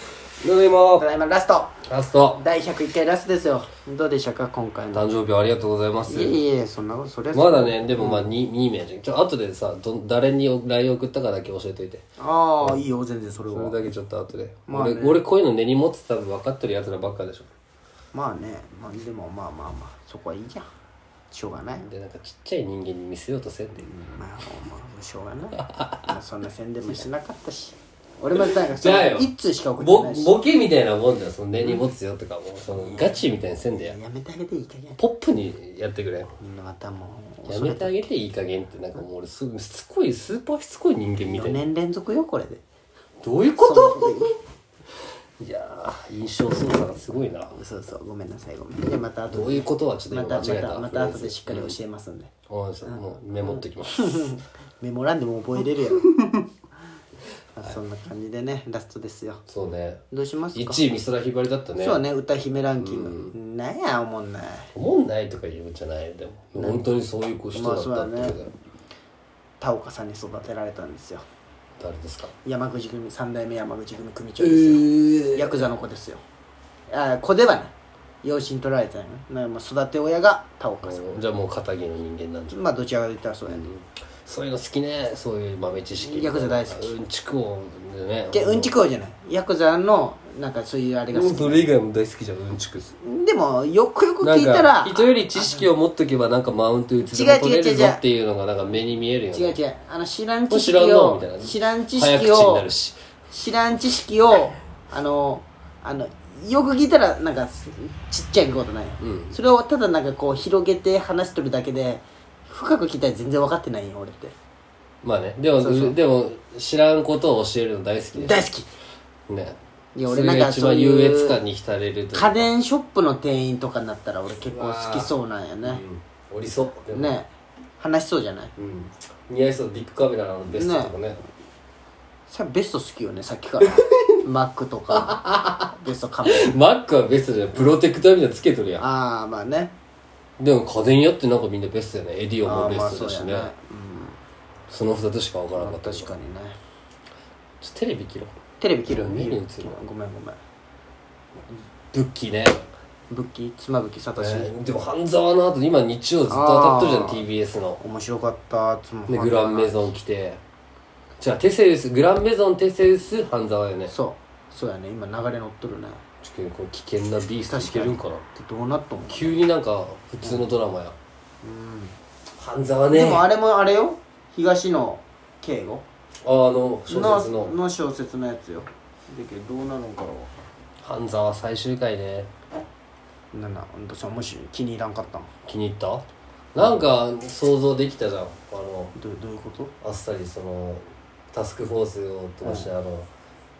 ただいまただいまラストラスト第101回ラストですよどうでしたか今回の誕生日ありがとうございますいえいえそんなことそれはまだねでもまあ 2, 2名じゃんちょ後でさど誰に LINE 送ったかだけ教えといてああいいよ全然それそれはだけちょっと後で、まあね俺俺こういうの根に持ってたら分かってるやつらばっかでしょまあねまあでもまあまあまあそこはいいじゃんしょうがないでなんかちっちゃい人間に見せようとせんでまあまあしょうがないまあそんな宣伝もしなかったし俺もなんかそじゃあよ一通しか送ってなボいしボケみたいなもんじゃんその根に持つよとかも、そのガチみたいにせんでややめてあげていい加減ポップにやってくれみんなまたもうや恐めれててあげていい加減ってなんかもう俺すしつこいスーパーしつこい人間みた4いな年連続よこれでどういう こといやー印象操作がすごいなそうそうごめんなさいごめんじゃあまた後どうでいうことはちょっまと今たま間違えたたまた後でしっかり教えますんでうんそうもうメモっときます、メモらんでも覚え れるやろまあそんな感じでねラストですよそうねどうしますか1位美空ひばりだったねそうね歌姫ランキングなんやおもんない思んないとか言うんじゃないでも本当にそういう子人だったってまあこそとうだだよ田岡さんに育てられたんですよ誰ですか山口組三代目山口組組長えですよ、ーヤクザの子ですよあ子ではない養子に取られたんよなまあ育て親が田岡さんじゃあもう片毛の人間なんじゃんまあどちらかといったらそうやねそういうの好きねそういう豆知識ヤクザ大好きうんちく王でねでうんちく王じゃないヤクザのなんかそういうあれでがも好きそれ以外も大好きじゃんうんちくでもよくよくなん聞いたらか人より知識を持っとけばなんかマウントいつでも取れるぞっていうのがなんか目に見えるよね違う違うあの知らんもう知知識らんのをみたいな知らん知早識口にをなるし知らん知識をあのあのよく聞いたらなんかちっちゃいことないよ、うんそれをただなんかこう広げて話しとるだけで深く聞いたら全然分かってないよ俺ってまあねでもそうそうでも知らんことを教えるの大好きで大好きすねいや俺なんかそれが一番優越感に浸れるというか家電ショップの店員とかになったら俺結構好きそうなんやねうんおりそうでもね話しそうじゃないうん似合いそうビッグカメラのベストとかねさベスト好きよねさっ きからマックとかベストカメラマックはベストじゃないプロテクターみたいなのつけとるやああまあねんでも家電屋ってなんかみんなベストやねエディオンあもあベまあストそうだしねやねその2つしか分からうんなまかあった確かにねちょっとテレビ切ろうテレビ切る目に映るごめんごめんブッキーねブッキー妻ブキサトシねでも半沢の後今日曜ずっと当たっとるじゃんあ TBS の面白かった妻でグランメゾン来てじゃあテセウスグランメゾンテセウス半沢よねそうそうやね今流れ乗っとるねちょっとこれ危険なビーストいけるんかなでどうなっとんの急になんか普通のドラマや半沢ねでもあれもあれよ東野敬吾ああの小説のの小説のやつよだけどどうなるんかろ半沢最終回ねうなんだ私はもし気に入らんかったん気に入ったなんか想像できたじゃんあのどうどういうことあっさりそのタスクフォースを通して、あの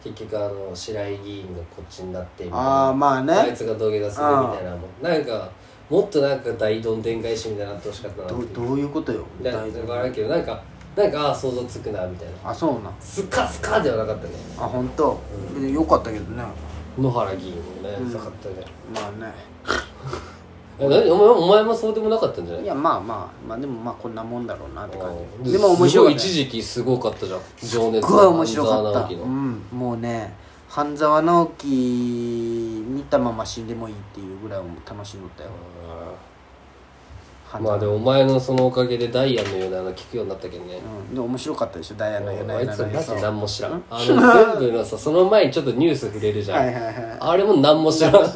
結局あの白井議員がこっちになってみたいああなまああいねつが土下座するみたいなもんなんかもっとなんか大どんでん返しみたいになってほしかったなってどいうどういうことよいやだからんけどなんかなんかああ想像つくなみたいなあそうなんスカスカではなかったねあ本当、でよかったけどね野原議員もねうざかったね、まあねえ何お前お前もそうでもなかったんじゃないいやまあまあまあでもまあこんなもんだろうなって感うんじでも面白い、ね、すごす一時期すごかったじゃん情熱っごい面白かった半沢直樹うのんもうね半沢直樹見たまま死んでもいいっていうぐらいもう楽しんどったよ半ま沢あでもお前のそのおかげでダイアンのようなの聞くようになったけどね、うん、で面白かったでしょダイアンの夜なあい夜なつはのマ夜ジさ何も知らんあの全部のさその前にちょっとニュース触れるじゃん、はいはいはいあれも何も知ら ん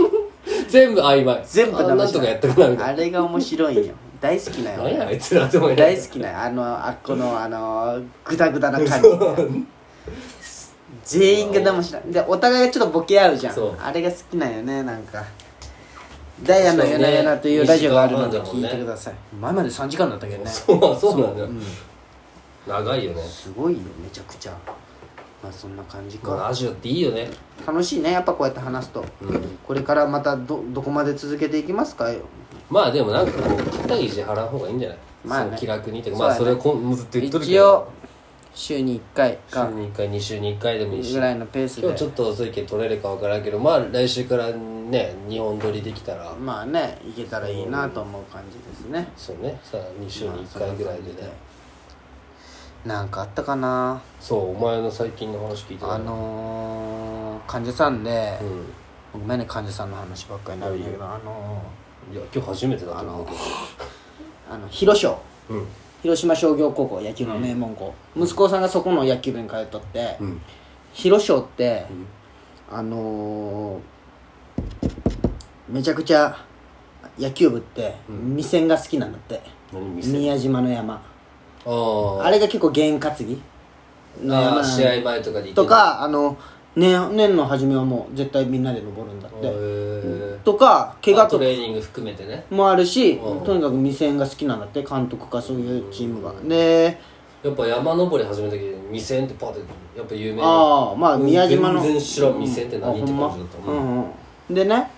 全部曖昧全部あ騙なんしとなかいやったくなみたいあれが面白いんよ大好きななよ何やあいつらと思いながら大好きなあのあっこのあのグダグダな感じ全員がだましないでお互いがちょっとボケ合うじゃそうんあれが好きなんよねなんか「ダイアンの夜な夜な」というラジオがあるのでそうね聞いてください前まで3時間だったけどねそうそうなんだよ、長いよねすごいよめちゃくちゃまあそんな感じかラジオっていいよね楽しいねやっぱこうやって話すとこれからまたどどこまで続けていきますかよまあでもなんかこう肩肘張らん方がいいんじゃないまあねそう気楽にっていうかまあそそれうだをねこんずっと言っとるけ一ど応週に1回か週に1回2週に1回でもいいしぐらいのペース今日ちでょっと遅いけど取れるか分からんけどまあ来週からね2本撮りできたらまあねいけたらいいなと思う感じですねそうねさあ2週に1回ぐらいでねなんかあったかなそうお前の最近の話聞いてたあの患者さんで、うごめんね患者さんの話ばっかりになるんだけど、あのんいや今日初めてだと思うけどあの広商うん広島商業高校野球の名門校、息子さんがそこの野球部に通っとって、うん広商ってう、んあのーめちゃくちゃ野球部ってうん未線が好きなんだって、何店宮島の山あーあれが結構験担ぎのあ山ー試合前とかで行けないとかあの年年の初めはもう絶対みんなで登るんだっへてーとか怪我トとかレーニング含めてねもあるしうんとにかく未線が好きなんだって監督かそういうチームがでやっぱ山登り始めた時に未線ってパッてやっぱ有名なああまあ宮島の全然知らん未線って何あってほんま感じだったうもんんうんでね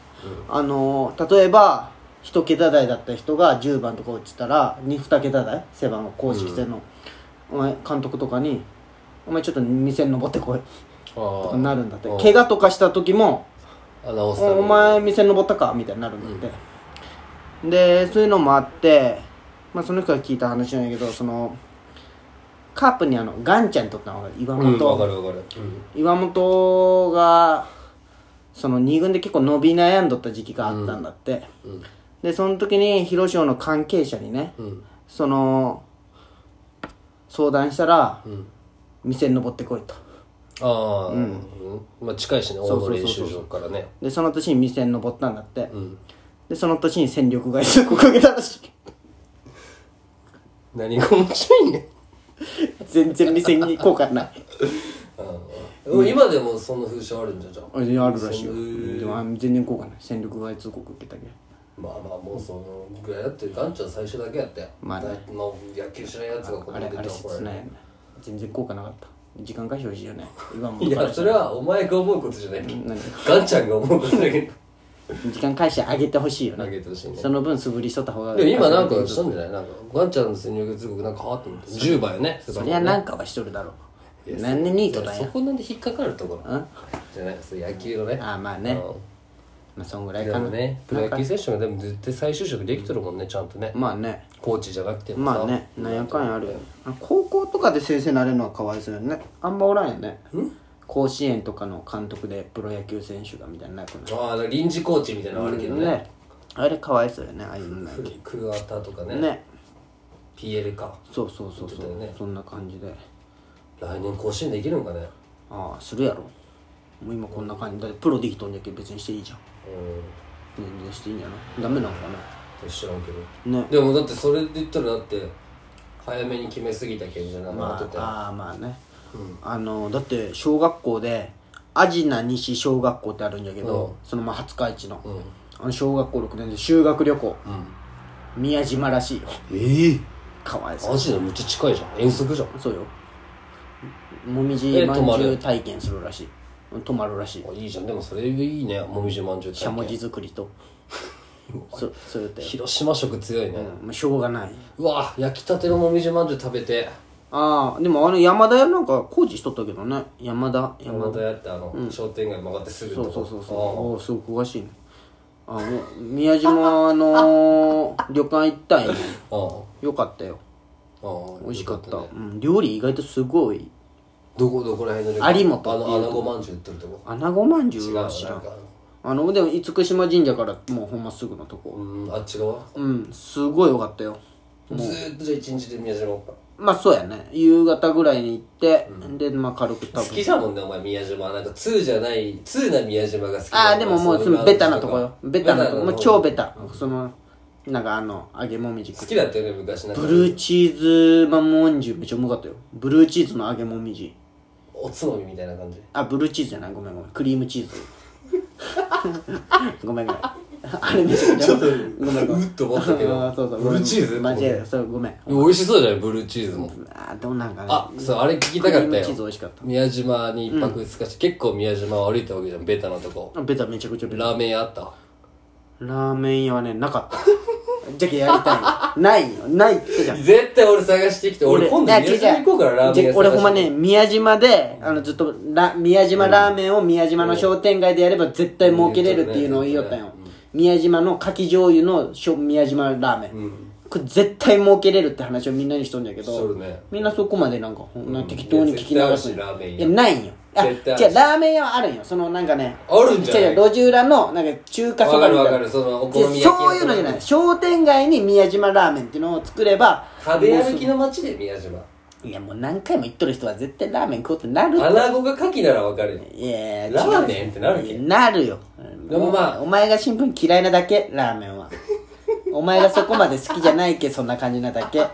あの例えば1桁台だった人が10番とか落ちたら 2, 2桁台背番号公式戦の、お前監督とかに「お前ちょっと未線登ってこい」とあかあなるんだってうん怪我とかした時もあ直すためにお前店登ったかみたいになるんだって、でそういうのもあって、まあ、その人が聞いた話なんやけどそのカープにあのガンちゃんとったのが岩うんわか本、るわかる岩本がその2軍で結構伸び悩んどった時期があったんだって、うんでその時に広島の関係者にねうんその相談したらうん店に登ってこいとああうんまあ近いしね大野練習場からねでその年に店に登ったんだって、うんでその年に戦力外通告をかけたらしい何が面白いね 全然目線に効果ないうん今でもその風習あるんじゃじゃああるらしいそようでもあ全然効果ない戦力外通告受けたけどまあまあもうそのぐらいだってガンちゃん最初だけやったよまあねだの野球知らんやつがここあれ出あたれこ切ないよね全然効果なかった時間返してほしいよね今もれいやそれはお前が思うことじゃないけど何ガンちゃんが思うこと だけど時間返してあげてほしいよ投ねげてほしいねその分素振りしとった方がでも今なんかしたんじゃないなんかガンちゃんの戦力通告なんかはって思って10倍よねそりゃなんかはしとるだろうなんでニートだそよこなんで引っかかるところうんじゃないそう野球のねああまあねのまあそんぐらいでかなもねプロ野球選手がでも絶対再就職できとるもんねちゃんとねまあねコーチじゃなくてもさまあねなんやかんやあるよねあ高校とかで先生になれるのはかわいそうよねあんまおらんよね甲子園とかの監督でプロ野球選手がみたいなのなくないああ臨時コーチみたいなのあるけどねあれかわいそうよねああいうのないククワタとかねね PL かそうそうそう言そってう、たよねそんな感じで来年甲子園できるんかねああするやろもう今こんな感じだってプロできとんじゃけ別にしていいじゃんう全然していいんやなダメなのかん知らんけどなねでもだってそれで言ったらだって早めに決めすぎたけんじゃなままってあああまあね、あのだって小学校でアジナ西小学校ってあるんじゃけど、うんそのまあ廿日市の、うんあの小学校6年で修学旅行うん宮島らしいよええかわいそうマジでめっちゃ近いじゃん遠足じゃんそうよもみえじま泊まんじゅるう体験するらしい泊まるらしいあいいじゃんでもそれいいねもみじまんじゅう体験しゃもじ作りとそそうやって、広島食強いね、まあ、しょうがないうわ焼きたてのもみじまんじゅう食べてああでもあの山田屋なんか工事しとったけどね山田山山田屋ってあの、商店街曲がってすぐのそうとこそうそうそうおおすごく詳しいねあもう宮島 の旅館行ったんやねよかったよああああ美味しかったよねうん、料理意外とすごいどこどこら辺の有本あっていのう穴子まんじゅう売ってるとこ穴子まんじゅ違ううなはん知らんかあのでも厳島神社からもうほんますぐのとうこんあっち側うんすごいよかったよずーっとじゃあ一日で宮島おっまあそうやね夕方ぐらいに行って、でまあ軽く食べ好きじゃもんねお前宮島なんか通じゃない通な宮島が好きああでももうそのベタなとこよベタなとこもう超ベタタ、そのなんかあの揚げもみじ好きだったよね昔なんかブルーチーズまんもんじゅうめっちゃうまかったよブルーチーズの揚げもみじおつまみみたいな感じあブルーチーズじゃないごめんごめんクリームチーズ ごめんごめんあれめちゃくちゃごめんごめんうっと思ったけどあー そうそうブルーチーズ間違えたそうごめん美味しそうじゃないブルーチーズもあーでもなんかねあそうあれ聞きたかっクリたームチーズ美よ味しかった宮島に一泊二日して結構宮島を歩いたわけじゃんベタなとこあベタめちゃくちゃベタラーメン屋あったラーメン屋はねなかったじゃけやりたいないよないってじゃん絶対俺探してきて俺今度いや宮島違行うこうからラーメンじ屋探しゃて俺ほんまね宮島であのずっとラ宮島ラーメンを宮島の商店街でやれば絶対儲けれるっていうのを言いよったんよ、宮島のかき醤油のしょ宮島ラーメン、これ絶対儲けれるって話をみんなにしとんだけそどうねみんなそこまでなんかほんな適当に聞きい流すや絶対あるしラーメン屋いやないんよ絶対ある違うラーメン屋はあるんよそのなんかねあるんじゃない違う路地裏のなんか中華そわばかみるたいわなかるそのお好違うみ焼き屋そういうのじゃない商店街に宮島ラーメンっていうのを作れば食べ歩きの街で宮島いやもう何回も言っとる人は絶対ラーメン食おうってなるって穴子が牡蠣ならわかるよいやラーメンってなるっけ違うなるよでもまあお前が新聞嫌いなだけラーメ ンはお前がそこまで好きじゃないけそんな感じなだけ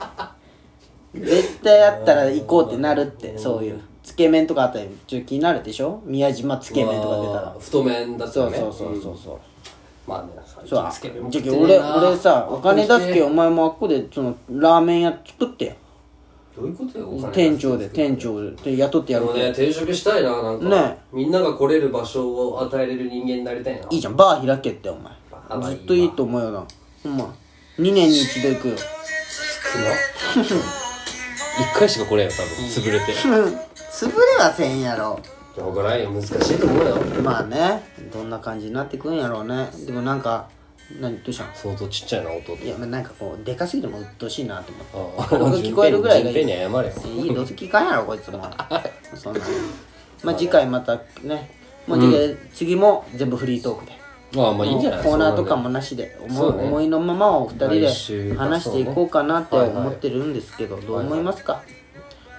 絶対あったら行こうってなるってそういうつけ麺とかあったらちょっと気になるでしょ宮島つけ麺とか出たあらー太麺だったそらうねそうそうんそうそうまあね最そう近つけ麺もじ食ってゃねあえな俺俺さお金出すけお前もあっこでそのラーメン屋作ってよどういうことよお金出す店長で店長で雇ってでやるもけね転職したいななんかねみんなが来れる場所を与えれる人間になりたいないいじゃんバー開けってお前バーはいいわずっといいと思うよなほんま2年に一度行くよ少な一回しか来れんよ多分潰れてうん潰れはせんやろ分からんよ難しいと思うよまあねどんな感じになってくんやろうねでもなんか何どうしたん相当ちっちゃいな弟いやまあなんかこうでかすぎてもうっとうしいなと思ってあ僕が聞こえるぐらいがいい順平に謝れよいいどうせ聞かんやろこいつ もそんなまあ次回またねもう次回次も全部フリートークでまあまあいいんじゃないコーナーとかそもなしで思そううね思いのままをお二来人週で話していこうかなってそうね思ってるんですけどどう思いますか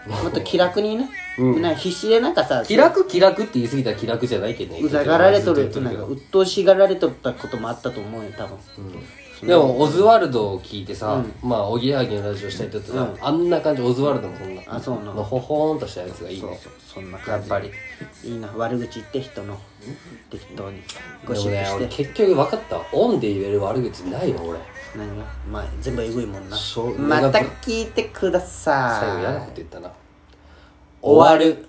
もっと気楽にね うんなんか必死でなんかさうね気楽気楽って言い過ぎたら気楽じゃないけどねうざがられとるずっなん言かっ鬱陶しがられとったこともあったと思うよ多分うんでもオズワルドを聞いてさ、まあおぎやはぎのラジオしたいとってさ、あんな感じオズワルドもそんなあそうなのほほーんとしたやつがいいそうねそうそんなや感っぱりじいいな悪口言って人の適当にゴでシもねップ俺して結局分かったわオンで言える悪口ないわ俺何がまあ全部エグいもんなそうまた聞いてくだ最後嫌なこさと言いったな終わる